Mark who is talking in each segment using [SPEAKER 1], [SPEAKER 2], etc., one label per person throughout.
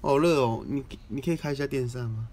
[SPEAKER 1] 好热哦，你你可以开一下电扇吗？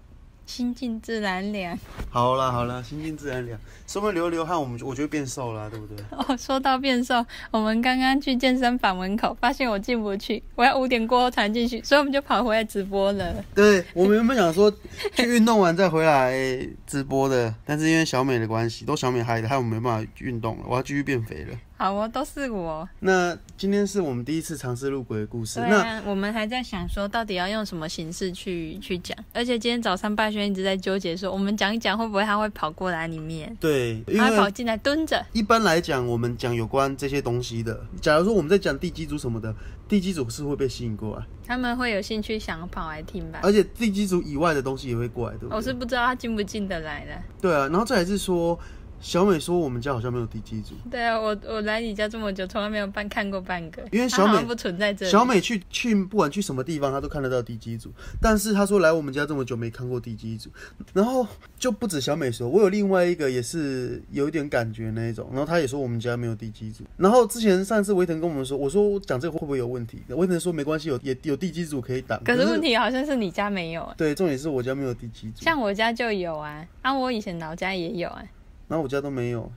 [SPEAKER 2] 心静自然凉。
[SPEAKER 1] 好啦好啦，心静自然凉。说不定流流汗，我们我就会变瘦啦，对不对？
[SPEAKER 2] 哦，说到变瘦，我们刚刚去健身房门口，发现我进不去，我要五点过后才进去，所以我们就跑回来直播了。
[SPEAKER 1] 对，我们原本想说去运动完再回来哎直播的，但是因为小美的关系，都小美害的，害我没办法运动了，我要继续变肥了。
[SPEAKER 2] 好哦，都是我。
[SPEAKER 1] 那今天是我们第一次尝试录鬼故事，
[SPEAKER 2] 对
[SPEAKER 1] 那
[SPEAKER 2] 啊，我们还在想说，到底要用什么形式去去讲。而且今天早上霸轩一直在纠结说，我们讲一讲会不会他会跑过来里面，
[SPEAKER 1] 对，因
[SPEAKER 2] 他会
[SPEAKER 1] 为
[SPEAKER 2] 跑进来蹲着。
[SPEAKER 1] 一般来讲，我们讲有关这些东西的，假如说我们在讲地基组什么的，地基组是会被吸引过来，
[SPEAKER 2] 他们会有兴趣想跑来听吧？
[SPEAKER 1] 而且地基组以外的东西也会过来，对不对？
[SPEAKER 2] 我是不知道他进不进得来的。
[SPEAKER 1] 对啊，然后再来是说，小美说我们家好像没有地基组，
[SPEAKER 2] 对啊，我我来你家这么久，从来没有半看过半个，
[SPEAKER 1] 因为
[SPEAKER 2] 他
[SPEAKER 1] 小
[SPEAKER 2] 好
[SPEAKER 1] 美
[SPEAKER 2] 像不存在这里。
[SPEAKER 1] 小美去去不管去什么地方，她都看得到地基组，但是她说来我们家这么久没看过地基组，然后就不止小美说，我有另外一个也是有一点感觉那一种，然后她也说我们家没有地基组，然后之前上一次维腾跟我们说，我说我讲这个会不会有问题？维腾说没关系，有也有地基组可以挡，
[SPEAKER 2] 可是问题好像是你家没有、欸，
[SPEAKER 1] 对，重点是我家没有地基组，
[SPEAKER 2] 像我家就有啊，啊，我以前老家也有啊，
[SPEAKER 1] 然后我家都没有。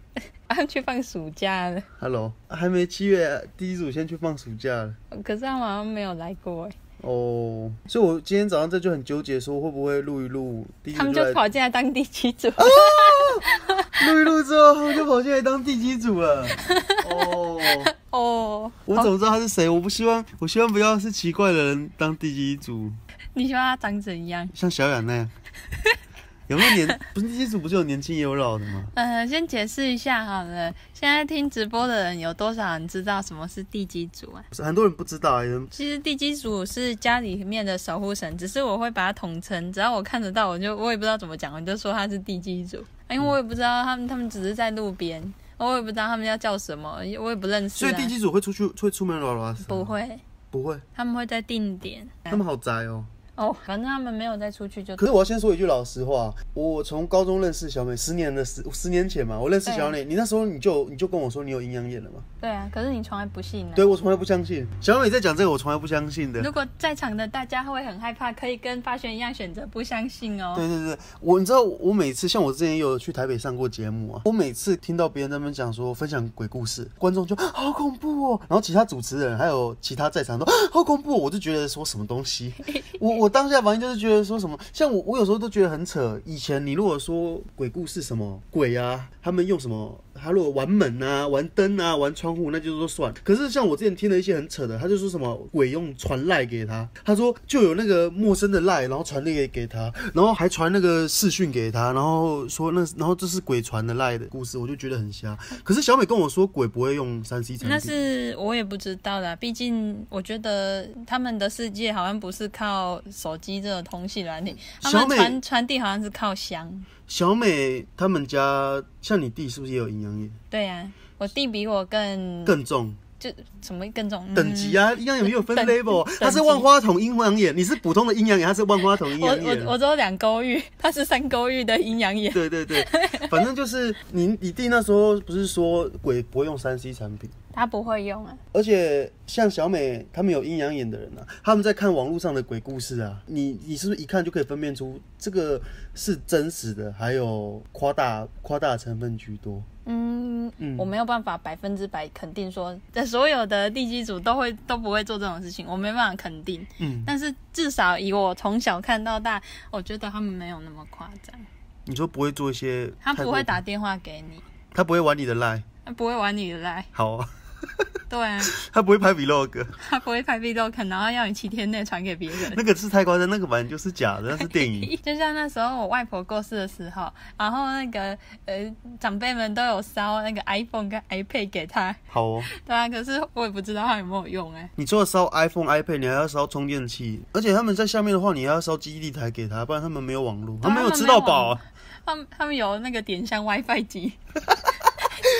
[SPEAKER 2] 啊，去放暑假了，
[SPEAKER 1] Hello，还没七月，第一组先去放暑假了
[SPEAKER 2] 可是他们好像没有来过、欸，
[SPEAKER 1] 哦所以我今天早上这就很纠结，说会不会录一录，第一组
[SPEAKER 2] 他们
[SPEAKER 1] 就
[SPEAKER 2] 就
[SPEAKER 1] 来
[SPEAKER 2] 跑进来当地基主。
[SPEAKER 1] 录一录之后，他们就跑进来当地基组 了。哦，
[SPEAKER 2] 哦，
[SPEAKER 1] 我怎么知道他是谁？我不希望，我希望不要是奇怪的人当地基组，
[SPEAKER 2] 你希望他长怎样？
[SPEAKER 1] 像小雅 那样。有没有年？不是地基组不是有年轻也有老的吗？
[SPEAKER 2] 呃，先解释一下好了，现在听直播的人有多少人知道什么是地基主啊？
[SPEAKER 1] 不是很多人不知道、啊，有人
[SPEAKER 2] 其实地基主是家里面的守护神，只是我会把它统称，只要我看得到，我就我也不知道怎么讲，我就说它是地基主，因为我也不知道他们他们只是在路边，我也不知道他们要叫什么，我也不认识、
[SPEAKER 1] 所
[SPEAKER 2] 啊。
[SPEAKER 1] 以地基组会出去会出门拉拉
[SPEAKER 2] 不会，
[SPEAKER 1] 不会，
[SPEAKER 2] 他们会在定点。
[SPEAKER 1] 他们好宅哦。
[SPEAKER 2] 哦，反正他们没有再出去就
[SPEAKER 1] 可是我要先说一句老实话，我从高中认识小美，十年的十十年前嘛，我认识小美，你那时候你就你就跟我说你有阴阳眼了嘛？
[SPEAKER 2] 对啊。可是你从来不信啊。
[SPEAKER 1] 对，我从来不相信。小美在讲这个，我从来不相信的。
[SPEAKER 2] 如果在场的大家会很害怕，可以跟发轩一样选择不相信哦。
[SPEAKER 1] 对对对，我你知道我每次像我之前也有去台北上过节目啊，我每次听到别人在那边讲说分享鬼故事，观众就啊好恐怖哦，然后其他主持人还有其他在场都、啊、好恐怖、哦，我就觉得说什么东西，我我当下反应就是觉得说什么，像我我有时候都觉得很扯。以前你如果说鬼故事什么鬼啊，他们用什么，他如果玩门啊、玩灯啊、玩窗户，那就是说算。可是像我之前听了一些很扯的，他就说什么鬼用传赖给他，他说就有那个陌生的赖，然后传那个给他，然后还传那个视讯给他，然后说那然后这是鬼传的赖的故事，我就觉得很瞎。可是小美跟我说鬼不会用三 C 产品，
[SPEAKER 2] 那是我也不知道啦，毕竟我觉得他们的世界好像不是靠手机这种通信软体，他
[SPEAKER 1] 小
[SPEAKER 2] 们
[SPEAKER 1] 美
[SPEAKER 2] 传传递好像是靠香。
[SPEAKER 1] 小美他们家像你弟是不是也有营养液？
[SPEAKER 2] 对啊，我弟比我更
[SPEAKER 1] 更重。
[SPEAKER 2] 就什么更重、嗯
[SPEAKER 1] 等级啊，阴阳眼没有分
[SPEAKER 2] 等
[SPEAKER 1] level，
[SPEAKER 2] 等级
[SPEAKER 1] 它是万花筒阴阳眼，你是普通的阴阳眼，它是万花筒阴
[SPEAKER 2] 我
[SPEAKER 1] 阳
[SPEAKER 2] 我
[SPEAKER 1] 眼。
[SPEAKER 2] 我只有两勾玉，他是三勾玉的阴阳眼。
[SPEAKER 1] 对对对，反正就是你你弟那时候不是说鬼不会用三 C 产品，
[SPEAKER 2] 他不会用啊，
[SPEAKER 1] 而且像小美他们有阴阳眼的人啊，他们在看网络上的鬼故事啊，你你是不是一看就可以分辨出这个是真实的，还有夸大夸大成分居多？
[SPEAKER 2] 嗯，我没有办法百分之百肯定说，这所有的地基组都会都不会做这种事情，我没办法肯定。
[SPEAKER 1] 嗯，
[SPEAKER 2] 但是至少以我从小看到大，我觉得他们没有那么夸张，
[SPEAKER 1] 你说不会做一些
[SPEAKER 2] 他
[SPEAKER 1] 太过，
[SPEAKER 2] 不会打电话给你，
[SPEAKER 1] 他不会玩你的赖，
[SPEAKER 2] 他不会玩你 的赖，
[SPEAKER 1] 好啊，
[SPEAKER 2] 对啊，
[SPEAKER 1] 他不会拍 vlog。
[SPEAKER 2] 他不会拍 v l o g 然后要你七天内传给别人。
[SPEAKER 1] 那个是太夸张，那个反正就是假的，那是电影。
[SPEAKER 2] 就像那时候我外婆过世的时候，然后那个呃长辈们都有烧那个 iPhone 跟 iPad 给他，
[SPEAKER 1] 好 哦，
[SPEAKER 2] 对啊，可是我也不知道他有没有用哎、
[SPEAKER 1] 你除了烧 iPhone、iPad，你还要烧充电器，而且他们在下面的话，你还要烧基地台给他，不然他们没有网络，他们没有吃到饱、啊，
[SPEAKER 2] 他们他们有那个点香 WiFi 机，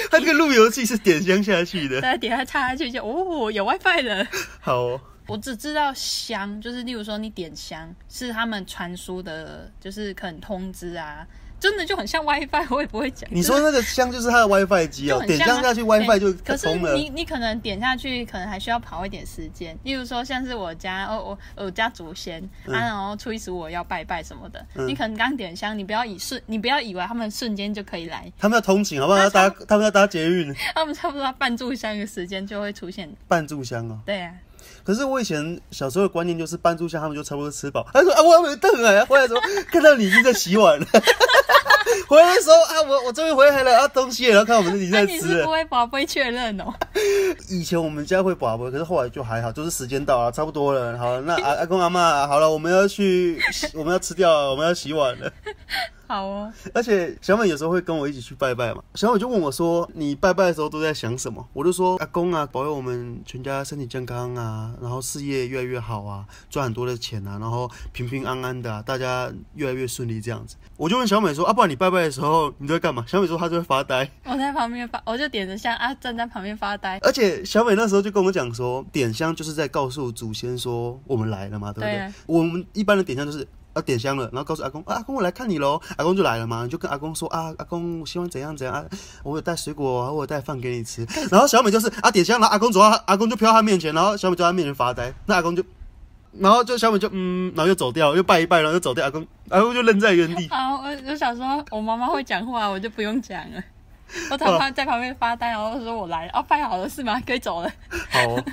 [SPEAKER 1] 他这个路由器是点香下去 的。
[SPEAKER 2] 大家点下插下去就哦有 WiFi 了。
[SPEAKER 1] 好哦，
[SPEAKER 2] 我只知道香，就是例如说你点香是他们传输的，就是可能通知啊。真的就很像 WiFi，我也不会讲。
[SPEAKER 1] 你说那个香就是它的 WiFi 机
[SPEAKER 2] 就
[SPEAKER 1] 哦，
[SPEAKER 2] 很
[SPEAKER 1] 点
[SPEAKER 2] 像
[SPEAKER 1] 香
[SPEAKER 2] 啊
[SPEAKER 1] 下去 WiFi 就
[SPEAKER 2] 可是
[SPEAKER 1] 通了。
[SPEAKER 2] 你你可能点下去，可能还需要跑一点时间。例如说，像是我家哦我我家祖先、
[SPEAKER 1] 嗯
[SPEAKER 2] 啊，然后初一十五我要拜拜什么的，
[SPEAKER 1] 嗯
[SPEAKER 2] 你可能刚点香，你不要以瞬，你不要以为他们瞬间就可以来，
[SPEAKER 1] 他们要通勤好不好？要搭他们要搭捷运，
[SPEAKER 2] 他们差不多要半炷香的时间就会出现。
[SPEAKER 1] 半炷香哦。
[SPEAKER 2] 对啊，
[SPEAKER 1] 可是我以前小时候的观念就是半炷香他们就差不多吃饱。他说啊，我还没瞪哎，回来的时候看到你已经在洗碗了。 回来的时候啊，我我终于回来了啊，东西了，然后看我们自己
[SPEAKER 2] 那
[SPEAKER 1] 在
[SPEAKER 2] 啊你
[SPEAKER 1] 吃
[SPEAKER 2] 是
[SPEAKER 1] 了
[SPEAKER 2] 不。会宝贝确认哦。
[SPEAKER 1] 以前我们家会把握，可是后来就还好，就是时间到了，啊差不多了。好，那阿阿公阿妈好了，我们要去洗，我们要吃掉了，我们要洗碗了。
[SPEAKER 2] 好哦，
[SPEAKER 1] 而且小美有时候会跟我一起去拜拜嘛，小美就问我说：“你拜拜的时候都在想什么？”我就说：“阿公啊，保佑我们全家身体健康啊，然后事业越来越好啊，赚很多的钱啊，然后平平安安的、啊，大家越来越顺利这样子。”我就问小美说：“啊，不然你拜拜的时候你都在干嘛？”小美说她就会发呆，
[SPEAKER 2] 我在旁边发，我就点着香啊，站在旁边发呆。
[SPEAKER 1] 而且小美那时候就跟我讲说，点香就是在告诉祖先说我们来了嘛，对不对？
[SPEAKER 2] 对啊
[SPEAKER 1] 我们一般的点香就是。啊，点香了，然后告诉阿公，啊、阿公我来看你喽，阿公就来了嘛，你就跟阿公说啊，阿公我希望怎样怎样啊，我有带水果啊，我有带饭给你吃。 然后小美就是啊，点香，然后阿公走到阿公就飘到他面前，然后小美就在他面前发呆，那阿公就，然后就小美就嗯，然后又走掉，又拜一拜，然后又走掉，阿公 阿公就愣在原地。
[SPEAKER 2] 好，我我想说，我妈妈会讲话，我就不用讲了。我
[SPEAKER 1] 哦
[SPEAKER 2] 躺旁在旁边发呆，然后说我来了，哦，拜好了是吗？可以走了。
[SPEAKER 1] 好、哦，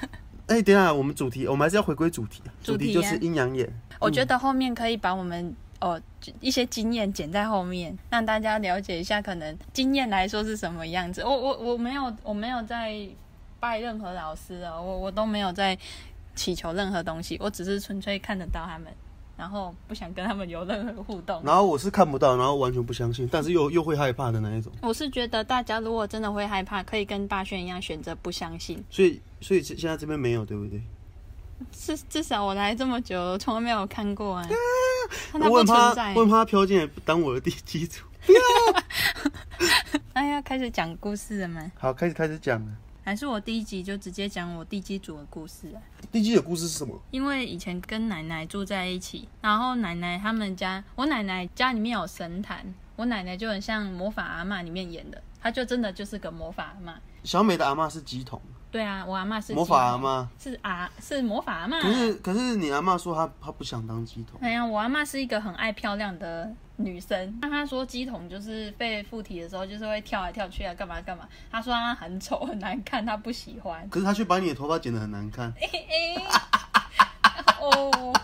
[SPEAKER 1] 哎、等一下我们主题，我们还是要回归主题，
[SPEAKER 2] 主题
[SPEAKER 1] 就
[SPEAKER 2] 啊
[SPEAKER 1] 是阴阳眼。
[SPEAKER 2] 我觉得后面可以把我们哦一些经验剪在后面，让大家了解一下，可能经验来说是什么样子。我我我没有我没有在拜任何老师哦，我我都没有在祈求任何东西，我只是纯粹看得到他们，然后不想跟他们有任何互动。
[SPEAKER 1] 然后我是看不到，然后完全不相信，但是又又会害怕的那一种。
[SPEAKER 2] 我是觉得大家如果真的会害怕，可以跟霸轩一样选择不相信。
[SPEAKER 1] 所以所以现现在这边没有，对不对？
[SPEAKER 2] 至至少我来这么久，我从来没有看过啊，看它
[SPEAKER 1] 我
[SPEAKER 2] 不
[SPEAKER 1] 很怕
[SPEAKER 2] 存，在
[SPEAKER 1] 我。很怕它飘进来当我的地基础。
[SPEAKER 2] 哎呀，开始讲故事了吗？
[SPEAKER 1] 好，开始开始讲了。
[SPEAKER 2] 还是我第一集就直接讲我地基组的故事啊？
[SPEAKER 1] 地基的故事是什么？
[SPEAKER 2] 因为以前跟奶奶住在一起，然后奶奶他们家，我奶奶家里面有神坛，我奶奶就很像魔法阿嬷里面演的，她就真的就是个魔法阿嬷。
[SPEAKER 1] 小美的阿妈是鸡桶，
[SPEAKER 2] 对啊，我阿嬷是
[SPEAKER 1] 魔法阿嬷
[SPEAKER 2] 是啊是魔法阿嬷。
[SPEAKER 1] 可是可是你阿妈说她她不想当鸡桶，
[SPEAKER 2] 哎呀，我阿妈是一个很爱漂亮的女生。那她说鸡桶就是被附体的时候，就是会跳来跳去啊，干嘛干嘛。她说她很丑很难看，她不喜 欢。
[SPEAKER 1] 可是她却把你的头发剪得很难看，
[SPEAKER 2] 嘿嘿哦，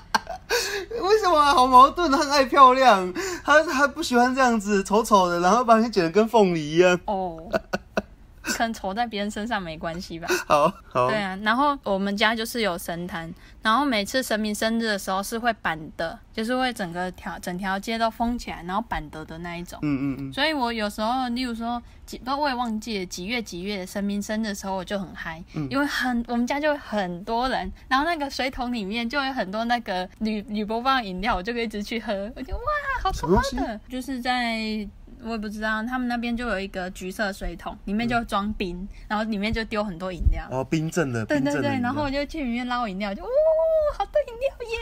[SPEAKER 1] 为什么啊、好矛盾，她很爱漂亮，她她不喜欢这样子丑丑的，然后把你剪得跟凤梨一样。
[SPEAKER 2] 哦，可能丑在别人身上没关系吧。
[SPEAKER 1] 好好，
[SPEAKER 2] 对啊，然后我们家就是有神坛，然后每次神明生日的时候是会板的，就是会整个条整条街都封起来，然后板的的那一种。
[SPEAKER 1] 嗯嗯嗯，
[SPEAKER 2] 所以我有时候，例如说几，不我也忘记了几月几月神明生的时候，我就很嗨、
[SPEAKER 1] 嗯
[SPEAKER 2] 因为很我们家就很多人，然后那个水桶里面就有很多那个铝铝箔棒饮料，我就可以一直去喝，我就哇，好
[SPEAKER 1] 什
[SPEAKER 2] 多
[SPEAKER 1] 么
[SPEAKER 2] 喝的，就是在。我也不知道，他们那边就有一个橘色水桶，里面就装冰、然后里面就丢很多饮料。
[SPEAKER 1] 嗯哦，冰镇的，
[SPEAKER 2] 对
[SPEAKER 1] 冰
[SPEAKER 2] 对
[SPEAKER 1] 镇的饮料。
[SPEAKER 2] 对，然后我就去里面捞饮料，就哦，好多饮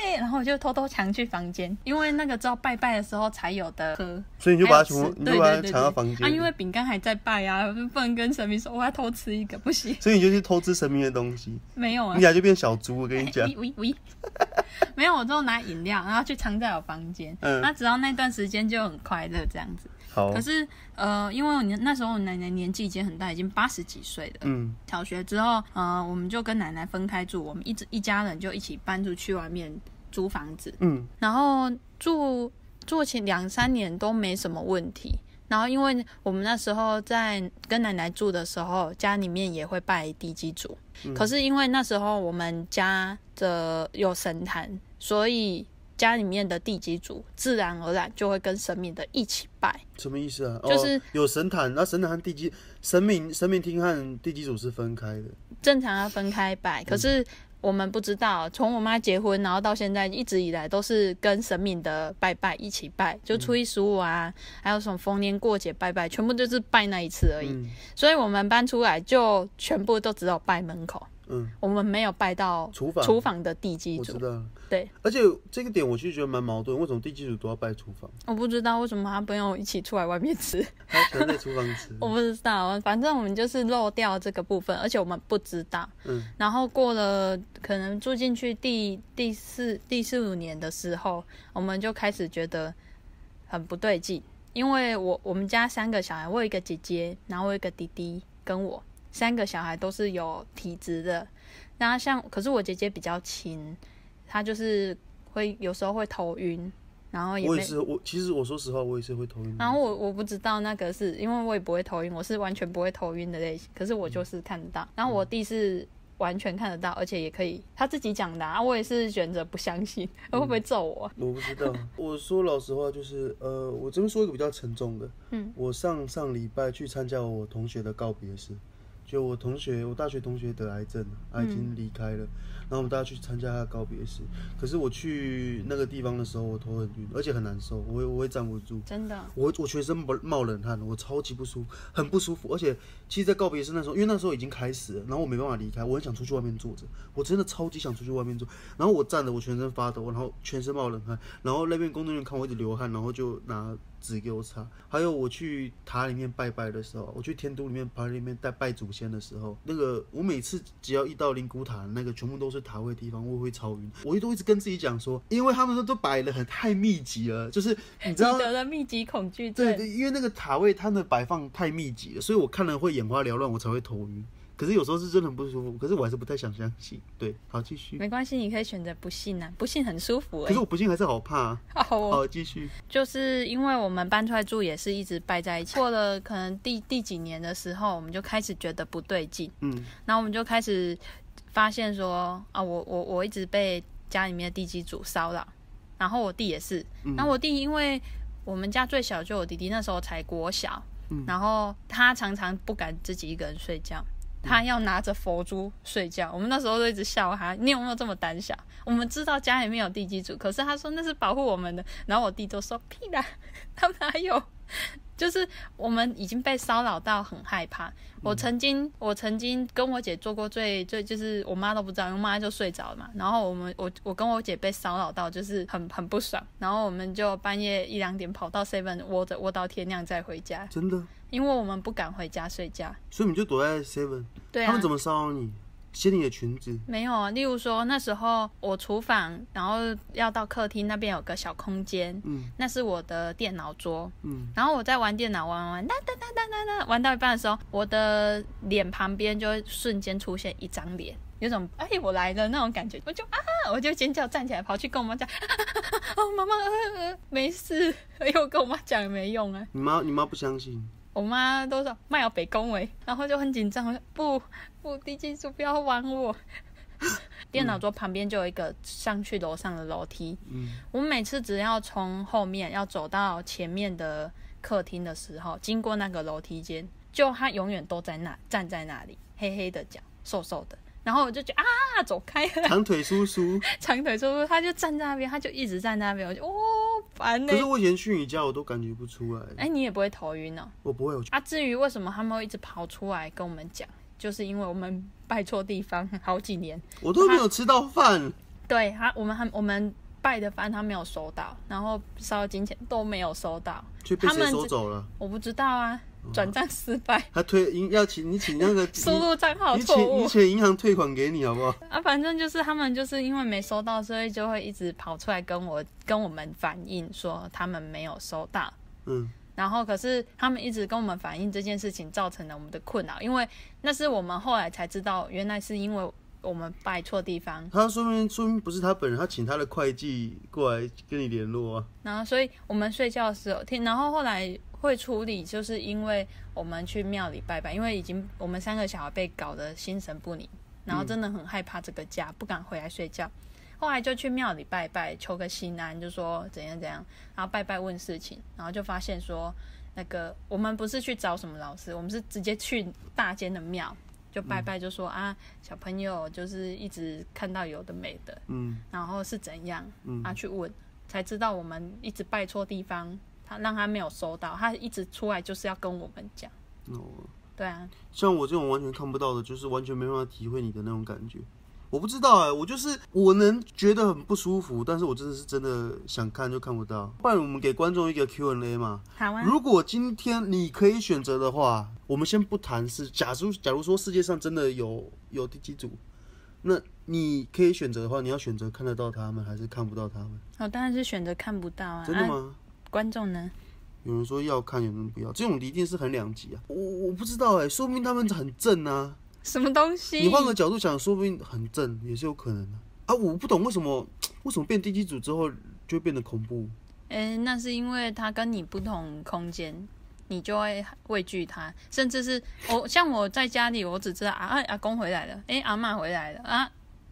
[SPEAKER 2] 料耶！然后我就偷偷藏去房间，因为那个只有拜拜的时候才有的喝。
[SPEAKER 1] 所以你就把它全部，你
[SPEAKER 2] 对
[SPEAKER 1] 就把它
[SPEAKER 2] 对对
[SPEAKER 1] 藏到
[SPEAKER 2] 对
[SPEAKER 1] 房间里。
[SPEAKER 2] 啊，因为饼干还在拜啊，不能跟神明说我要偷吃一个，不 行，
[SPEAKER 1] 所以你就去偷吃神明的东西，
[SPEAKER 2] 没有啊
[SPEAKER 1] 你。啊俩就变小猪。我跟你讲
[SPEAKER 2] 喂，喂喂， 没有，我就拿饮料，然后去藏在我房间。
[SPEAKER 1] 嗯哦
[SPEAKER 2] 那只要那段时间就很快乐这样子。
[SPEAKER 1] 好
[SPEAKER 2] 可，是呃，因为我年那时候我奶奶年纪已经很大，已经八十几岁了。
[SPEAKER 1] 嗯，
[SPEAKER 2] 小学之后，呃，我们就跟奶奶分开住，我们一直一家人就一起搬出去外面租房子，
[SPEAKER 1] 嗯，
[SPEAKER 2] 然后住住前两三年都没什么问题。然后，因为我们那时候在跟奶奶住的时候，家里面也会拜地基主。可是因为那时候我们家的有神坛，所以家里面的地基主自然而然就会跟神明的一起拜。
[SPEAKER 1] 什么意思啊？
[SPEAKER 2] 就是
[SPEAKER 1] 哦、有神坛，那神坛和地基神明神明厅和地基组是分开的。
[SPEAKER 2] 正常要分开摆，
[SPEAKER 1] 嗯
[SPEAKER 2] 可是我们不知道，从我妈结婚，然后到现在一直以来都是跟神明的拜拜一起
[SPEAKER 1] 嗯
[SPEAKER 2] 拜，就初一十五啊，还有什么逢年过节拜拜，全部就是拜那一次而已。
[SPEAKER 1] 嗯
[SPEAKER 2] 所以我们搬出来就全部都只有拜门口，
[SPEAKER 1] 嗯，
[SPEAKER 2] 我们没有拜到
[SPEAKER 1] 厨房
[SPEAKER 2] 厨房的地基
[SPEAKER 1] 我知
[SPEAKER 2] 主。
[SPEAKER 1] 道了。
[SPEAKER 2] 对，
[SPEAKER 1] 而且这个点我其实觉得蛮矛盾，为什么地基组都要拜厨房？
[SPEAKER 2] 我不知道为什么他不用一起出来外面吃，。
[SPEAKER 1] 他喜欢在厨房吃
[SPEAKER 2] 我不知道，反正我们就是漏掉这个部分，而且我们不知道。
[SPEAKER 1] 嗯，
[SPEAKER 2] 然后过了可能住进去第第四第四五年的时候，我们就开始觉得很不对劲，因为我我们家三个小孩，我有一个姐姐，然后我有一个弟弟跟我，三个小孩都是有体质的。那像可是我姐姐比较轻，她就是会有时候会头晕，然后也
[SPEAKER 1] 我
[SPEAKER 2] 没
[SPEAKER 1] 也是，我其实我说实话，我也是会头晕。
[SPEAKER 2] 然后我我不知道那个是因为我也不会头晕，我是完全不会头晕的类型，可是我就是看得到。然后我弟是完全看得到，而且也可以他自己讲的、啊，我也是选择不相信，
[SPEAKER 1] 嗯
[SPEAKER 2] 会不会揍我？
[SPEAKER 1] 我不知道，我说老实话，就是呃，我这边说一个比较沉重的，
[SPEAKER 2] 嗯，
[SPEAKER 1] 我上上礼拜去参加我同学的告别式，就我同学，我大学同学得癌症了，他已经离开了，然后我们大家去参加他的告别式，可是我去那个地方的时候，我头很晕，而且很难受，我会我会站不住。
[SPEAKER 2] 真的，
[SPEAKER 1] 我我全身冒冒冷汗，我超级不舒服，很不舒服。而且，其实，在告别式那时候，因为那时候已经开始了，然后我没办法离开，我很想出去外面坐着，我真的超级想出去外面坐。然后我站着，我全身发抖，然后全身冒冷汗，然后那边工作人员看我一直流汗，然后就拿纸给我擦。还有我去塔里面拜拜的时候，我去天都里面塔里面拜拜祖先的时候，那个我每次只要一到灵骨塔，那个全部都是塔位的地方，我会超晕。我都一直跟自己讲说，因为他们都都摆的很太密集了，就是你知道
[SPEAKER 2] 你得了密集恐惧
[SPEAKER 1] 对
[SPEAKER 2] 症，
[SPEAKER 1] 对，因为那个塔位它的摆放太密集了，所以我看了会眼花缭乱，我才会头晕。可是有时候是真的很不舒服，可是我还是不太想相信。对，好继续。
[SPEAKER 2] 没关系，你可以选择不信啊，不信很舒服
[SPEAKER 1] 可
[SPEAKER 2] 哎、
[SPEAKER 1] 是我不信还是好怕、啊。
[SPEAKER 2] 好哦，
[SPEAKER 1] 好，继续。
[SPEAKER 2] 就是因为我们搬出来住也是一直拜在一起，过了可能第第几年的时候，我们就开始觉得不对劲。
[SPEAKER 1] 嗯，
[SPEAKER 2] 然后我们就开始发现说啊，我我我一直被家里面的地基主骚扰，然后我弟也是，然后我弟因为我们家最小就我弟弟那时候才国小，然后他常常不敢自己一个人睡觉。他要拿着佛珠睡觉，我们那时候就一直笑他。你有没有这么胆小？我们知道家里面有地基主，可是他说那是保护我们的。然后我弟就说屁啦， 他哪有？就是我们已经被骚扰到很害怕。我曾经，我曾经跟我姐做过最最，就是我妈都不知道，因为我妈就睡着了嘛。然后我们，我我跟我姐被骚扰到，就是很很不爽。然后我们就半夜一两点跑到 Seven 窝着窝到天亮再回家，
[SPEAKER 1] 真的。
[SPEAKER 2] 因为我们不敢回家睡觉。
[SPEAKER 1] 所以你就躲在 Seven，、
[SPEAKER 2] 对
[SPEAKER 1] 他
[SPEAKER 2] 啊
[SPEAKER 1] 们，怎么骚扰你？掀你的裙子，
[SPEAKER 2] 没有啊。例如说那时候我厨房，然后要到客厅那边有个小空间，
[SPEAKER 1] 嗯
[SPEAKER 2] 那是我的电脑桌，
[SPEAKER 1] 嗯，
[SPEAKER 2] 然后我在玩电脑玩玩玩，哒哒哒哒哒哒，玩到一半的时候，我的脸旁边就会瞬间出现一张脸，有种哎我来了那种感觉，我就啊，我就尖叫站起来跑去跟我妈讲，啊啊啊啊哦妈妈、呃呃、没事，哎我跟我妈讲也没用啊，
[SPEAKER 1] 你妈你妈不相信，
[SPEAKER 2] 我妈都说卖有北宫围，然后就很紧张，我说不不，低技术不要玩我。 电脑桌旁边就有一个上去楼上的楼梯，
[SPEAKER 1] 嗯
[SPEAKER 2] 我每次只要从后面要走到前面的客厅的时候，经过那个楼梯间，就他永远都在那站在那里，黑黑的脚，瘦瘦的，然后我就觉得啊，走开了，
[SPEAKER 1] 长腿叔 叔。
[SPEAKER 2] 长腿叔叔他就站在那边，他就一直站在那边，我就哦烦呢、
[SPEAKER 1] 可是我以前去你家我都感觉不出来，
[SPEAKER 2] 哎、你也不会头晕哦。
[SPEAKER 1] 我不会，我
[SPEAKER 2] 啊，至于为什么他们会一直跑出来跟我们讲，就是因为我们拜错地方好几年，
[SPEAKER 1] 我都没有吃到饭。
[SPEAKER 2] 对他，我们还我们拜的饭他没有收到，然后烧金钱都没有收到，
[SPEAKER 1] 却被
[SPEAKER 2] 他们
[SPEAKER 1] 谁收
[SPEAKER 2] 只
[SPEAKER 1] 走了？
[SPEAKER 2] 我不知道啊，转账失败，
[SPEAKER 1] 他推应要请嗯你请那 个
[SPEAKER 2] 输入账号
[SPEAKER 1] 你
[SPEAKER 2] 错
[SPEAKER 1] 请
[SPEAKER 2] 误
[SPEAKER 1] 你请银行退款给你好不好？
[SPEAKER 2] 啊，反正就是他们就是因为没收到，所以就会一直跑出来跟我跟我们反映说他们没有收到。
[SPEAKER 1] 嗯，
[SPEAKER 2] 然后，可是他们一直跟我们反映这件事情，造成了我们的困扰，因为那是我们后来才知道，原来是因为我们拜错地方，
[SPEAKER 1] 他说明说明不是他本人，他请他的会计过来跟你联络啊。
[SPEAKER 2] 然后所以我们睡觉的时候听，然后后来会处理，就是因为我们去庙里拜拜，因为已经我们三个小孩被搞得心神不宁，然后真的很害怕这个家，不敢回来睡觉。后来就去庙里拜拜，求个心安，就说怎样怎样，然后拜拜问事情，然后就发现说，那个我们不是去找什么老师，我们是直接去大间的庙，就拜拜，就说、啊，小朋友就是一直看到有的没的，
[SPEAKER 1] 嗯，
[SPEAKER 2] 然后是怎样，
[SPEAKER 1] 嗯
[SPEAKER 2] 啊去问，才知道我们一直拜错地方，他让他没有收到，他一直出来就是要跟我们讲，
[SPEAKER 1] 哦，
[SPEAKER 2] 对啊，
[SPEAKER 1] 像我这种完全看不到的，就是完全没办法体会你的那种感觉。我不知道哎、我就是我能觉得很不舒服，但是我真的是真的想看就看不到。不然我们给观众一个 Q&A 嘛。
[SPEAKER 2] 好啊，
[SPEAKER 1] 如果今天你可以选择的话，我们先不谈是，假如假如说世界上真的有有第几组，那你可以选择的话，你要选择看得到他们还是看不到他们？
[SPEAKER 2] 我、哦当然是选择看不到啊。
[SPEAKER 1] 真的
[SPEAKER 2] 啊？
[SPEAKER 1] 吗？
[SPEAKER 2] 观众呢？
[SPEAKER 1] 有人说要看，有人不要，这种一定是很两极啊。我我不知道哎、说不定他们很正啊。
[SPEAKER 2] 什么东西？
[SPEAKER 1] 你换个角度想，说不定很正也是有可能的啊。我不懂为什么为什么变第几组之后就会变得恐怖，
[SPEAKER 2] 诶，那是因为他跟你不同空间，你就会畏惧他，甚至是我像我在家里，我只知道啊啊阿公回来了，诶，阿妈回来了啊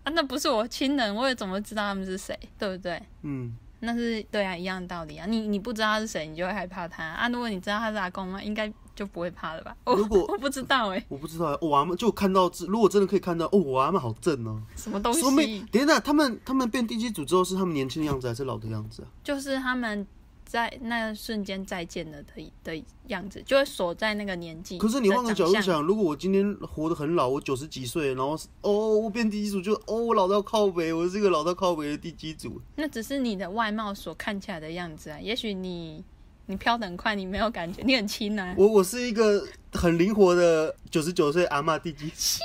[SPEAKER 2] 啊，那不是我亲人，我也怎么知道他们是谁，对不对？
[SPEAKER 1] 嗯，
[SPEAKER 2] 那是对啊，一样的道理啊。你你不知道他是谁，你就会害怕他啊。如果你知道他是阿公妈，应该就不会怕了吧？ 我
[SPEAKER 1] 如果
[SPEAKER 2] 我不知道诶，
[SPEAKER 1] 我不知道、欸。我阿妈就看到，如果真的可以看到，哦，我阿妈好正哦、
[SPEAKER 2] 什么东
[SPEAKER 1] 说明
[SPEAKER 2] 西，
[SPEAKER 1] 等一下，他们他们变第几组之后是他们年轻的样子还是老的样子啊？
[SPEAKER 2] 就是他们在那瞬间再见了的的样子，就会锁在那个年纪。
[SPEAKER 1] 可是你换个角度
[SPEAKER 2] 的长相
[SPEAKER 1] 想，如果我今天活得很老，我九十几岁，然后是哦我变第几组就哦我老到靠北，我是个老到靠北的第几组？
[SPEAKER 2] 那只是你的外貌所看起来的样子啊。也许你你飘得很快，你没有感觉，你很轻啊。
[SPEAKER 1] 我我是一个很灵活的九十九岁阿嬷第几组？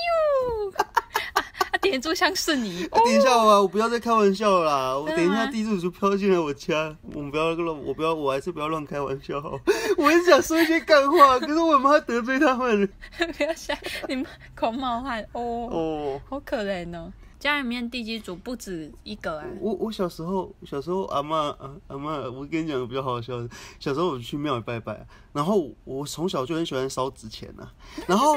[SPEAKER 2] 啊，点珠像是你，
[SPEAKER 1] 啊 等一下啊，我不要再开玩笑了啦！我
[SPEAKER 2] 哦真
[SPEAKER 1] 等
[SPEAKER 2] 的
[SPEAKER 1] 一
[SPEAKER 2] 吗
[SPEAKER 1] 下地主就飘进来我家，我们不要乱，我不要，我还是不要乱开玩笑。 我很想说一些干话，可是我很怕得罪他们。
[SPEAKER 2] 不要吓你们口冒汗哦，
[SPEAKER 1] 哦，
[SPEAKER 2] 好可怜哦。家里面地基组不止一个啊，
[SPEAKER 1] 我我小时候，小时候阿妈阿妈，我跟你讲个比较好笑的，小时候我去庙里拜拜，然后我从小就很喜欢烧纸钱呐、然后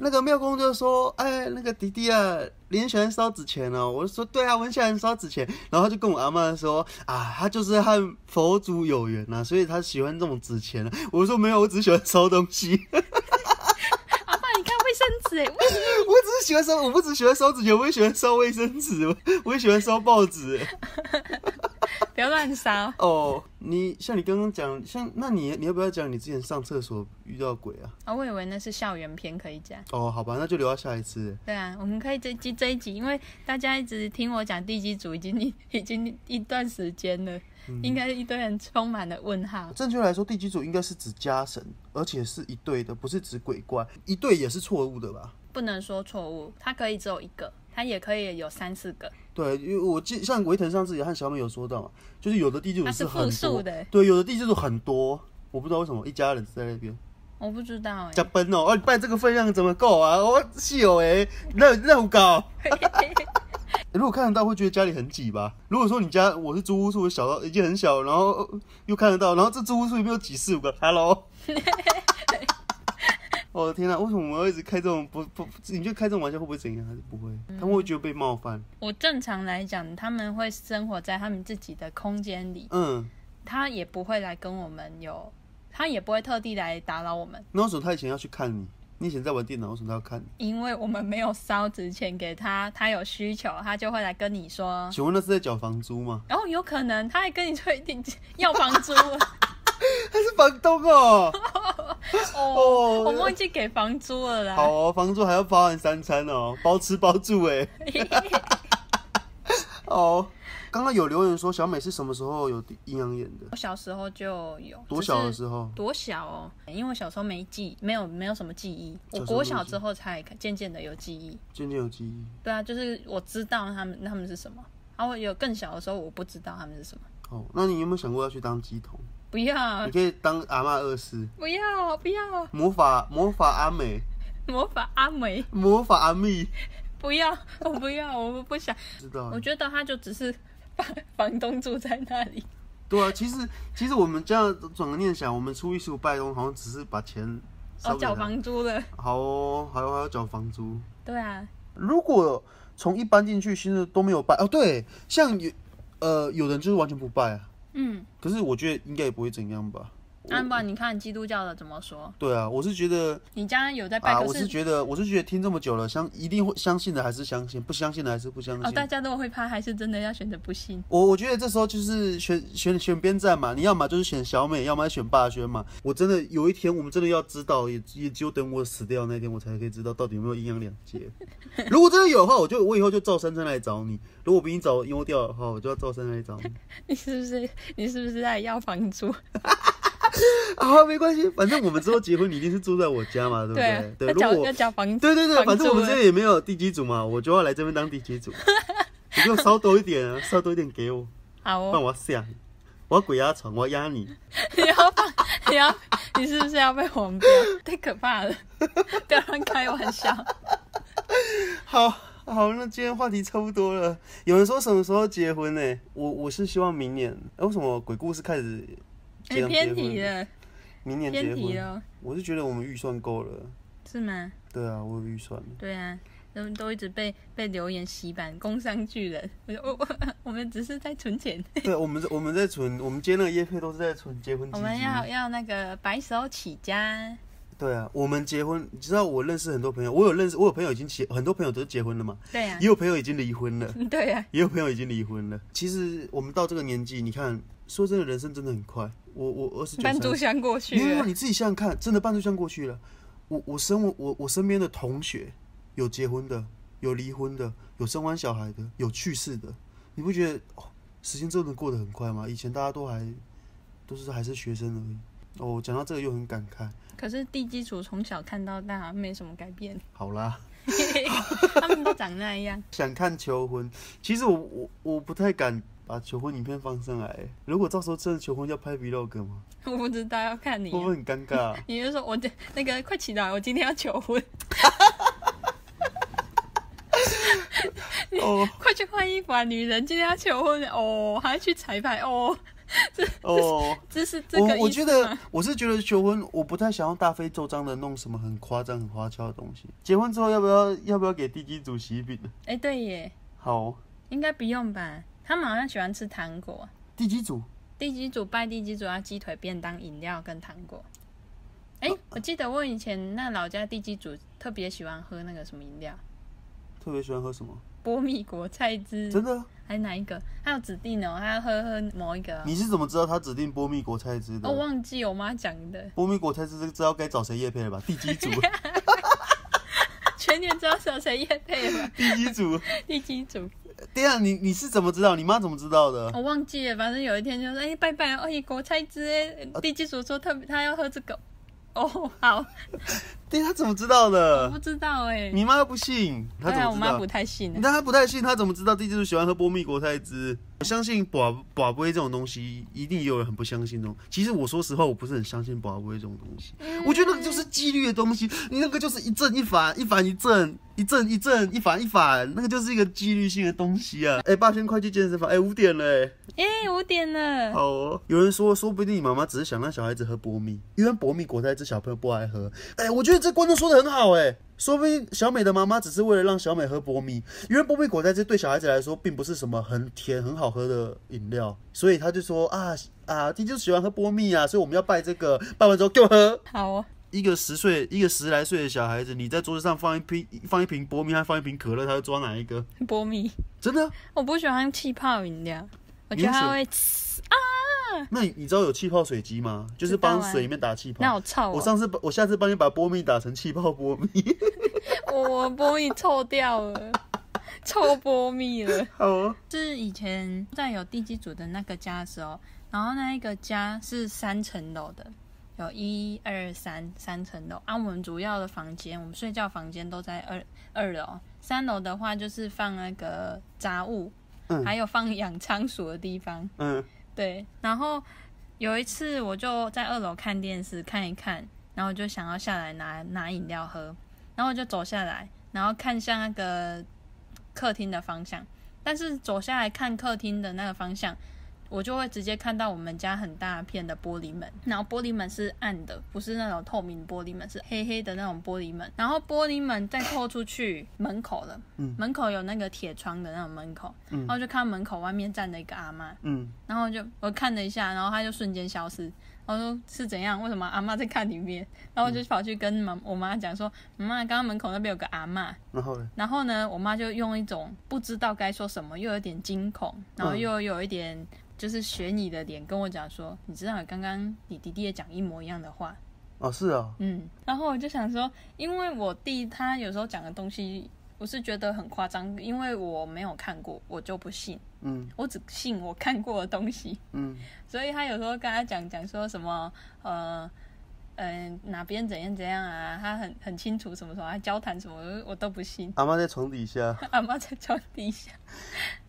[SPEAKER 1] 那个庙公就说：“哎，那个迪迪啊，你很喜欢烧纸钱哦。”我就说：“对啊，我很喜欢烧纸钱。”然后他就跟我阿妈说：“啊，他就是和佛祖有缘呐、所以他喜欢这种纸钱、啊。”我说：“没有，我只是喜欢烧东西，
[SPEAKER 2] 阿爸，你看卫生纸哎，为什么
[SPEAKER 1] 我只是喜欢烧，我不只喜欢烧纸钱，我也喜欢烧卫生纸，我也喜欢烧报纸。”
[SPEAKER 2] 不要乱烧？
[SPEAKER 1] 哦，你像你刚刚讲，像那你你要不要讲你之前上厕所遇到鬼啊？
[SPEAKER 2] 啊，我以为那是校园片可以讲。
[SPEAKER 1] 哦，好吧，那就留到下一次。
[SPEAKER 2] 对啊，我们可以这集这一集，因为大家一直听我讲地基组已经一已经一段时间了，
[SPEAKER 1] 嗯
[SPEAKER 2] 应该一堆人充满了问号。
[SPEAKER 1] 正确来说，第几组应该是指家神，而且是一对的，不是指鬼怪。一对也是错误的吧？
[SPEAKER 2] 不能说错误，它可以只有一个，它也可以有三四个，
[SPEAKER 1] 对，因为我记像维腾上次也和小美有说到嘛，就是有的第几组
[SPEAKER 2] 它是
[SPEAKER 1] 很
[SPEAKER 2] 复数
[SPEAKER 1] 多，
[SPEAKER 2] 的。
[SPEAKER 1] 对，有的第几组很多，我不知道为什么一家人在那边
[SPEAKER 2] 我不知道哎、
[SPEAKER 1] 加班哦，哦，你拜这个分量怎么够啊？我是哦哎，那那我 搞。如果看得到，会觉得家里很挤吧？如果说你家我是租屋处，小到已经很小，然后呃又看得到，然后这租屋处里面有几四五个，hello。我的天哪、为什么我们要一直开这种不不？你就开这种玩笑会不会怎样？还是不会？
[SPEAKER 2] 嗯
[SPEAKER 1] 他们会觉得被冒犯。
[SPEAKER 2] 我正常来讲，他们会生活在他们自己的空间里，
[SPEAKER 1] 嗯，
[SPEAKER 2] 他也不会来跟我们有，他也不会特地来打扰我们，
[SPEAKER 1] 那为什么他以前要去看你？你以前在玩电脑，为什么他要看你？
[SPEAKER 2] 因为我们没有烧纸钱给他，他有需求，他就会来跟你说。
[SPEAKER 1] 请问那是在缴房租吗？
[SPEAKER 2] 然后有可能他还跟你说一定要房 租了
[SPEAKER 1] 他是房东哦、
[SPEAKER 2] 哦，我忘记给房租了啦。
[SPEAKER 1] 好哦，房租还要包含三餐哦，包吃包住哎。哦，刚刚有留言说小美是什么时候有阴阳眼的？
[SPEAKER 2] 我小时候就有，
[SPEAKER 1] 多小的
[SPEAKER 2] 只是
[SPEAKER 1] 时候？
[SPEAKER 2] 多小哦？因为我小时候没记，没有没有什么记忆。
[SPEAKER 1] 小时候没有
[SPEAKER 2] 我国小之后才渐渐的有记忆。
[SPEAKER 1] 渐渐有记忆。
[SPEAKER 2] 对啊，就是我知道他们他们是什么，然后有更小的时候我不知道他们是什么。
[SPEAKER 1] 哦，那你有没有想过要去当鸡童？
[SPEAKER 2] 不要
[SPEAKER 1] 你可以当阿嬷二世，
[SPEAKER 2] 不要不要，
[SPEAKER 1] 魔法魔法阿美，
[SPEAKER 2] 魔法阿美，
[SPEAKER 1] 魔法阿蜜，
[SPEAKER 2] 不要我不要，我不想。
[SPEAKER 1] 知道
[SPEAKER 2] 我？觉得他就只是房房东住在那 里。
[SPEAKER 1] 对啊，其实其实我们这样转个念想，我们初一十五拜公好像只是把钱烧
[SPEAKER 2] 哦，
[SPEAKER 1] 给他
[SPEAKER 2] 缴房租了。
[SPEAKER 1] 好哦，还要还要缴房租。
[SPEAKER 2] 对啊，
[SPEAKER 1] 如果从一搬进去，现在都没有拜哦。对，像有呃有人就是完全不拜啊，
[SPEAKER 2] 嗯，
[SPEAKER 1] 可是我觉得应该也不会怎样吧。
[SPEAKER 2] 啊，不然你看基督教的怎么说？
[SPEAKER 1] 对啊，我是觉得
[SPEAKER 2] 你家有在拜，
[SPEAKER 1] 啊，
[SPEAKER 2] 可
[SPEAKER 1] 我是觉得我是觉得听这么久了，相一定会相信的还是相信，不相信的还是不相
[SPEAKER 2] 哦，
[SPEAKER 1] 信。
[SPEAKER 2] 大家都会怕，还是真的要选择不信？
[SPEAKER 1] 我我觉得这时候就是选选选边站嘛，你要么就是选小美，要么选霸轩嘛。我真的有一天，我们真的要知道，也也只有等我死掉那天，我才可以知道到底有没有阴阳两界。 如果真的有的话，我就我以后就照三三来找你；如果我比你早悠掉的话，我就要照三三来找你。
[SPEAKER 2] 你是不是你是不是在要房租？
[SPEAKER 1] 啊，没关系，反正我们之后结婚，你一定是住在我家嘛，对不对？
[SPEAKER 2] 啊要
[SPEAKER 1] 如
[SPEAKER 2] 缴
[SPEAKER 1] 果
[SPEAKER 2] 要缴房租。
[SPEAKER 1] 对对对，
[SPEAKER 2] 房
[SPEAKER 1] 反正我们
[SPEAKER 2] 租
[SPEAKER 1] 这边也没有地基组嘛，我就要来这边当地基组。你给我烧多一点啊，烧多一点给我，
[SPEAKER 2] 好
[SPEAKER 1] 不然
[SPEAKER 2] 哦，
[SPEAKER 1] 我要吓你，我要鬼压床，我要压你。
[SPEAKER 2] 你要放你要你是不是要被黄标？ 太可怕了，不要乱开玩笑。
[SPEAKER 1] 好好，那今天话题差不多了。有人说什么时候结婚呢、我我是希望明年。哎、为什么鬼故事开始
[SPEAKER 2] 你、
[SPEAKER 1] 这样结
[SPEAKER 2] 哎偏
[SPEAKER 1] 婚
[SPEAKER 2] 题？了，
[SPEAKER 1] 明年结
[SPEAKER 2] 偏题
[SPEAKER 1] 婚？
[SPEAKER 2] 了，
[SPEAKER 1] 我是觉得我们预算够了。
[SPEAKER 2] 是吗？
[SPEAKER 1] 对啊，我有预算了。
[SPEAKER 2] 对啊，都都一直被被留言洗版，工商巨人。 我就我我我们只是在存钱，
[SPEAKER 1] 对，啊我们在我们在存，我们接那个业配都是在存结婚基
[SPEAKER 2] 我
[SPEAKER 1] 金。
[SPEAKER 2] 们要要那个白手起家。
[SPEAKER 1] 对啊，我们结婚，你知道我认识很多朋友，我有认识，我有朋友已经结，很多朋友都结婚了嘛，
[SPEAKER 2] 对 呀、
[SPEAKER 1] 也有朋友已经离婚了，
[SPEAKER 2] 啊，对呀、啊。
[SPEAKER 1] 也有朋友已经离婚了。其实我们到这个年纪，你看，说真的，人生真的很快。我我二十九，
[SPEAKER 2] 搬珠箱过去
[SPEAKER 1] 没有，
[SPEAKER 2] 了，
[SPEAKER 1] 你自己想想看，真的半就像过去了。我我身我我我身边的同学有结婚的，有离婚的，有生完小孩的，有去世的，你不觉得、哦、时间真的过得很快吗？以前大家都还都是还是学生而已。哦，讲到这个又很感慨。
[SPEAKER 2] 可是地基础从小看到大，没什么改变，
[SPEAKER 1] 好啦，
[SPEAKER 2] 他们都长那样。
[SPEAKER 1] 想看求婚，其实我我我不太敢把求婚影片放上来。如果到时候真的求婚要拍 vlog 吗？
[SPEAKER 2] 我不知道要看
[SPEAKER 1] 会
[SPEAKER 2] 你啊、
[SPEAKER 1] 不会很尴尬 啊、
[SPEAKER 2] 你就说我这那个快起来，我今天要求婚，
[SPEAKER 1] 哦
[SPEAKER 2] 快去换衣服啊！女人今天要求婚哦，还要去彩排哦，
[SPEAKER 1] 哦。
[SPEAKER 2] 这是这个
[SPEAKER 1] 我我
[SPEAKER 2] 意思
[SPEAKER 1] 觉
[SPEAKER 2] 吗
[SPEAKER 1] 得我是觉得求婚，我不太想要大费周章的弄什么很夸张、很花俏的东西。结婚之后要不要要不要给地基主喜饼呢？
[SPEAKER 2] 哎、对耶，
[SPEAKER 1] 好，
[SPEAKER 2] 应该不用吧？他们好像喜欢吃糖果。啊
[SPEAKER 1] 地基主
[SPEAKER 2] 地基组拜地基组要鸡腿、便当、饮料跟糖果。哎、
[SPEAKER 1] 哦
[SPEAKER 2] 我记得我以前那老家地基组特别喜欢喝那个什么饮料，
[SPEAKER 1] 特别喜欢喝什么？
[SPEAKER 2] 波蜜果菜汁，
[SPEAKER 1] 真的？啊
[SPEAKER 2] 还哪一个？还有指定哦，还要喝喝某一个哦。
[SPEAKER 1] 你是怎么知道他指定波蜜果菜汁的？
[SPEAKER 2] 哦，忘记我妈讲的，
[SPEAKER 1] 波蜜果菜汁这个知道该找谁叶配了吧？地基 主，？
[SPEAKER 2] 全年知道是有谁夜配了吧
[SPEAKER 1] 地基主。
[SPEAKER 2] 地基 组，
[SPEAKER 1] 对啊，你你是怎么知道？你妈怎么知道的？
[SPEAKER 2] 我忘记了，反正有一天就说，哎、拜拜哦，哎，果菜汁哎，
[SPEAKER 1] 呃
[SPEAKER 2] 地基组说特别他要喝这个，哦，好，
[SPEAKER 1] 对，她怎么知道
[SPEAKER 2] 不
[SPEAKER 1] 的？
[SPEAKER 2] 知道哎、
[SPEAKER 1] 你妈又不信，她
[SPEAKER 2] 对啊，
[SPEAKER 1] 怎
[SPEAKER 2] 我
[SPEAKER 1] 么
[SPEAKER 2] 妈不
[SPEAKER 1] 知道？
[SPEAKER 2] 太信
[SPEAKER 1] 但她不太信，她怎么知道地基主喜欢喝波蜜果菜汁？我相信寡寡杯这种东西，一定也有人很不相信哦。其实我说实话，我不是很相信寡杯这种东西。
[SPEAKER 2] 嗯
[SPEAKER 1] 我觉得那个就是几率的东西，你那个就是一正一反，一反一正，一正一正，一反一反，那个就是一个几率性的东西啊。哎、霸轩，快去健身房！哎、五点了、哎。
[SPEAKER 2] 哎、五点了。
[SPEAKER 1] 好哦，有人说，说不定你妈妈只是想让小孩子喝波蜜，因为波蜜果菜汁小朋友不爱喝。哎、我觉得这观众说的很好、哎，说不定小美的妈妈只是为了让小美喝波蜜，因为波蜜果菜汁对小孩子来说并不是什么很甜很好喝的饮料，所以她就说啊啊，弟就喜欢喝波蜜啊，所以我们要拜这个，拜完之后给我喝。
[SPEAKER 2] 好哦，
[SPEAKER 1] 一个十岁、一个十来岁的小孩子，你在桌子上放一瓶放一瓶波蜜，还放一瓶可乐，他会抓哪一个？
[SPEAKER 2] 波米，
[SPEAKER 1] 真 的啊？
[SPEAKER 2] 我不喜欢气泡饮料，我觉
[SPEAKER 1] 你很喜
[SPEAKER 2] 得它
[SPEAKER 1] 欢
[SPEAKER 2] 会呲啊，
[SPEAKER 1] 那你你知道有气泡水机吗？就是帮
[SPEAKER 2] 知道啊
[SPEAKER 1] 水里面打气泡。
[SPEAKER 2] 那好臭
[SPEAKER 1] 我
[SPEAKER 2] 哦，
[SPEAKER 1] 上次把我下次帮你把波蜜打成气泡波蜜，
[SPEAKER 2] 我我波米臭掉了， 臭波米了。
[SPEAKER 1] 好哦。
[SPEAKER 2] 是以前在有地基组的那个家的时候，然后那一个家是三层楼的，有一二三三层楼。啊，我们主要的房间，我们睡觉房间都在二二楼，三楼的话就是放那个杂物，
[SPEAKER 1] 嗯
[SPEAKER 2] 还有放养仓鼠的地方。
[SPEAKER 1] 嗯，
[SPEAKER 2] 对，然后有一次我就在二楼看电视看一看，然后我就想要下来拿拿饮料喝，然后我就走下来，然后看向那个客厅的方向，但是走下来看客厅的那个方向。我就会直接看到我们家很大片的玻璃门，然后玻璃门是暗的，不是那种透明玻璃门，是黑黑的那种玻璃门。然后玻璃门再透出去门口了，
[SPEAKER 1] 嗯
[SPEAKER 2] 门口有那个铁窗的那种门口，
[SPEAKER 1] 嗯
[SPEAKER 2] 然后就看到门口外面站了一个阿妈，
[SPEAKER 1] 嗯，
[SPEAKER 2] 然后就我看了一下，然后他就瞬间消失，然然后说是怎样？为什么阿妈在看里面？然后我就跑去跟妈我妈讲说，嗯妈，刚刚门口那边有个阿妈。
[SPEAKER 1] 然后呢？
[SPEAKER 2] 然后呢，我妈就用一种不知道该说什么，又有点惊恐，然后又有一点就是学你的脸跟我讲说，你知道刚刚你弟弟也讲一模一样的话，
[SPEAKER 1] 哦，是啊、
[SPEAKER 2] 嗯，然后我就想说，因为我弟他有时候讲的东西，我是觉得很夸张，因为我没有看过，我就不信，
[SPEAKER 1] 嗯
[SPEAKER 2] 我只信我看过的东西，
[SPEAKER 1] 嗯
[SPEAKER 2] 所以他有时候跟他讲讲说什么，呃。嗯、哪边怎样怎样啊？他很很清楚什么什么，他交谈什么，我我都不信。
[SPEAKER 1] 阿妈在床底下，
[SPEAKER 2] 阿妈在床底下，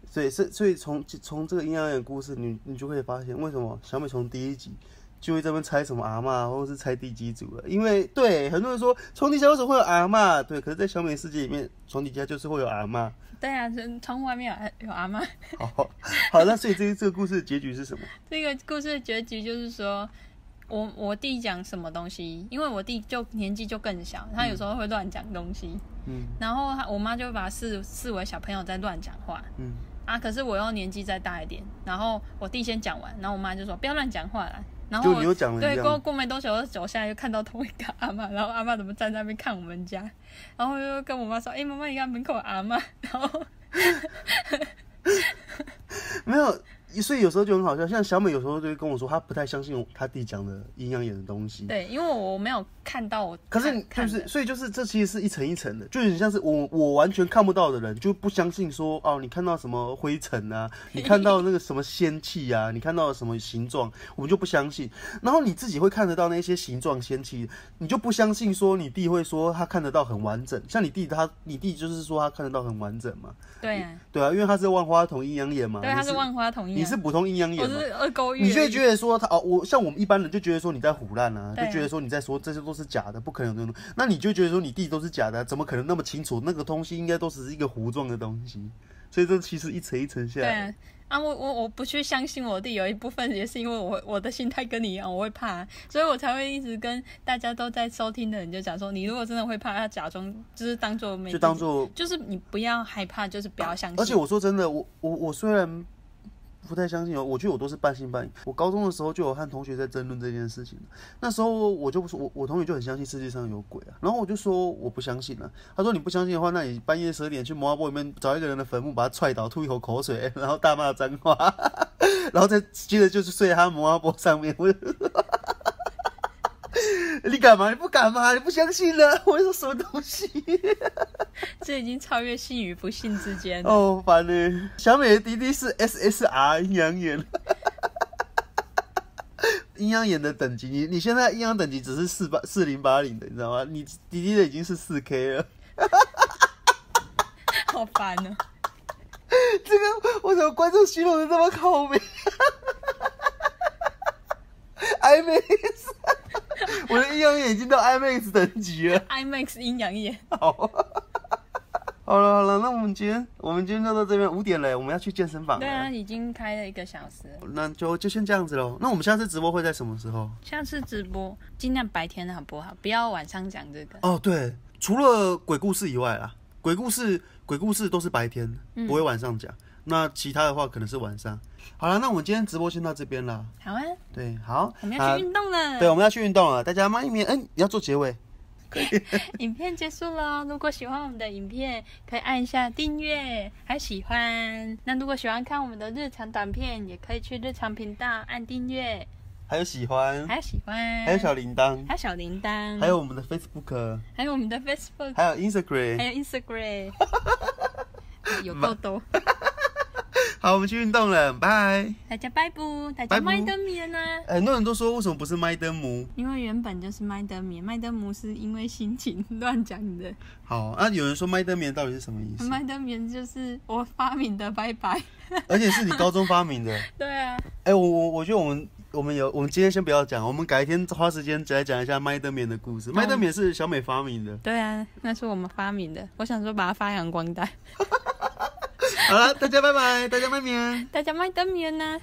[SPEAKER 1] 所以是所以从从这个阴阳眼故事，你你就可以发现为什么小美从第一集就会在那边猜什么阿嬷，或者是猜第几组了。因为对很多人说床底下为什么会有阿嬷？对，可是，在小美世界里面，床底下就是会有阿嬷。
[SPEAKER 2] 对啊，这窗户外面有阿有阿妈。
[SPEAKER 1] 好好，那所以这个这个故事的结局是什么？
[SPEAKER 2] 这个故事的结局就是说，我我弟讲什么东西，因为我弟就年纪就更小，他有时候会乱讲东西，
[SPEAKER 1] 嗯
[SPEAKER 2] 然后他我妈就把他视视为小朋友在乱讲话
[SPEAKER 1] 嗯
[SPEAKER 2] 啊。可是我又年纪再大一点，然后我弟先讲完，然后我妈就说不要乱讲话啦。然后
[SPEAKER 1] 就你又讲了一
[SPEAKER 2] 对，
[SPEAKER 1] 样
[SPEAKER 2] 过过没多久，我走下来就看到同一个阿妈，然后阿妈怎么站在那边看我们家，然后又跟我妈说：“哎、妈妈，你看门口有阿妈。”然后
[SPEAKER 1] 嗯没有。所以有时候就很好笑，像小美有时候就会跟我说，她不太相信我她弟讲的阴阳眼的东西。
[SPEAKER 2] 对，因为我没有看到我
[SPEAKER 1] 可
[SPEAKER 2] 看，
[SPEAKER 1] 是你就
[SPEAKER 2] 看的
[SPEAKER 1] 是，所以就是这其实是一层一层的，就有点像是我我完全看不到的人就不相信说哦，你看到什么灰尘 啊，你看到那个什么仙气啊，你看到什么形状，我们就不相信。然后你自己会看得到那些形状仙气，你就不相信说你弟会说他看得到很完整，像你弟他你弟就是说他看得到很完整嘛，
[SPEAKER 2] 对啊，
[SPEAKER 1] 对啊，因为他是万花筒阴阳眼嘛，
[SPEAKER 2] 对，
[SPEAKER 1] 你
[SPEAKER 2] 他是万花筒一样。
[SPEAKER 1] 你是普通阴阳眼
[SPEAKER 2] 我
[SPEAKER 1] 嘛，
[SPEAKER 2] 是二勾月，
[SPEAKER 1] 你就会觉得说他哦，我像我们一般人就觉得说你在胡乱啊，
[SPEAKER 2] 对啊
[SPEAKER 1] 就觉得说你在说这些都是假的，不可能有这种东西。那你就觉得说你弟都是假的啊、怎么可能那么清楚？那个东西应该都只是一个糊状的东西。所以这其实一层一层下
[SPEAKER 2] 对
[SPEAKER 1] 来，
[SPEAKER 2] 啊，啊我我我不去相信我弟，有一部分也是因为我我的心态跟你一样，我会怕，所以我才会一直跟大家都在收听的人就讲说，你如果真的会怕，要假装就是当做没，
[SPEAKER 1] 就当做。
[SPEAKER 2] 就是你不要害怕，就是不要相信。
[SPEAKER 1] 而且我说真的，我我我虽然不太相信哦，我觉得我都是半信半疑。我高中的时候就有和同学在争论这件事情，那时候我就不说，我我同学就很相信世界上有鬼啊，然后我就说我不相信了、他说你不相信的话，那你半夜十二点去摩阿波里面找一个人的坟墓，把他踹倒，吐一口口水， 然后大骂脏话， 然后再接着就是睡在他摩阿波上面。 我就你干嘛？你不敢吗？你不相信了？ 我说什么东西？
[SPEAKER 2] 这已经超越信与不信之间。
[SPEAKER 1] 哦，烦呢、小美的弟弟是 SSR 阴阳眼， 阴阳眼的等级，你你现在阴阳等级只是四八四零八零的，你知道吗？你弟弟的已经是四 K 了，
[SPEAKER 2] 好烦哦、
[SPEAKER 1] 这个为什么观众形容的这么靠 美？IMAX，我的阴阳眼已经到 IMAX 等级了。
[SPEAKER 2] IMAX 阴阳眼，
[SPEAKER 1] 好， 好了好了，那我们今天我们今天就到这边，五点了，我们要去健身房了。
[SPEAKER 2] 对啊，已经开了一个小时了。
[SPEAKER 1] 那就就先这样子喽。那我们下次直播会在什么时候？
[SPEAKER 2] 下次直播尽量白天好不好？不要晚上讲这个。
[SPEAKER 1] 哦，对，除了鬼故事以外啦，鬼故事鬼故事都是白天，
[SPEAKER 2] 嗯
[SPEAKER 1] 不会晚上讲。那其他的话可能是晚上。好了，那我们今天直播先到这边啦。
[SPEAKER 2] 好啊，
[SPEAKER 1] 对，好，
[SPEAKER 2] 我们要去
[SPEAKER 1] 啊
[SPEAKER 2] 运动了。
[SPEAKER 1] 对，我们要去运动了。大家慢一面，嗯、你要做结尾。
[SPEAKER 2] 影片结束喽！如果喜欢我们的影片，可以按一下订阅，还有喜欢。那如果喜欢看我们的日常短片，也可以去日常频道按订阅，
[SPEAKER 1] 还有喜欢，
[SPEAKER 2] 还有喜欢，
[SPEAKER 1] 嗯还有小铃铛，
[SPEAKER 2] 还有小铃铛，
[SPEAKER 1] 还有我们的 Facebook，
[SPEAKER 2] 还有我们的 Facebook，
[SPEAKER 1] 还有 Instagram。
[SPEAKER 2] 还有 Instagram，有哎够多。
[SPEAKER 1] 好，我们去运动了，拜。
[SPEAKER 2] 大家拜拜，大
[SPEAKER 1] 拜
[SPEAKER 2] 家
[SPEAKER 1] 拜
[SPEAKER 2] 麦德棉啊！
[SPEAKER 1] 很多人都说为什么不是麦登姆？
[SPEAKER 2] 因为原本就是麦德棉，麦德姆是因为心情乱讲的，
[SPEAKER 1] 好，那、有人说麦登棉到底是什么意思？
[SPEAKER 2] 麦德棉就是我发明的，拜拜。
[SPEAKER 1] 而且是你高中发明的。
[SPEAKER 2] 对啊，
[SPEAKER 1] 哎、我我我觉得我们我们有，我们今天先不要讲，我们改天花时间来讲一下麦德冕的故事。麦德冕是小美发明的。
[SPEAKER 2] 对啊，那是我们发明的，我想说把它发扬光大。
[SPEAKER 1] 好了，大家拜拜，大家拜年。
[SPEAKER 2] 大家麦当面呢。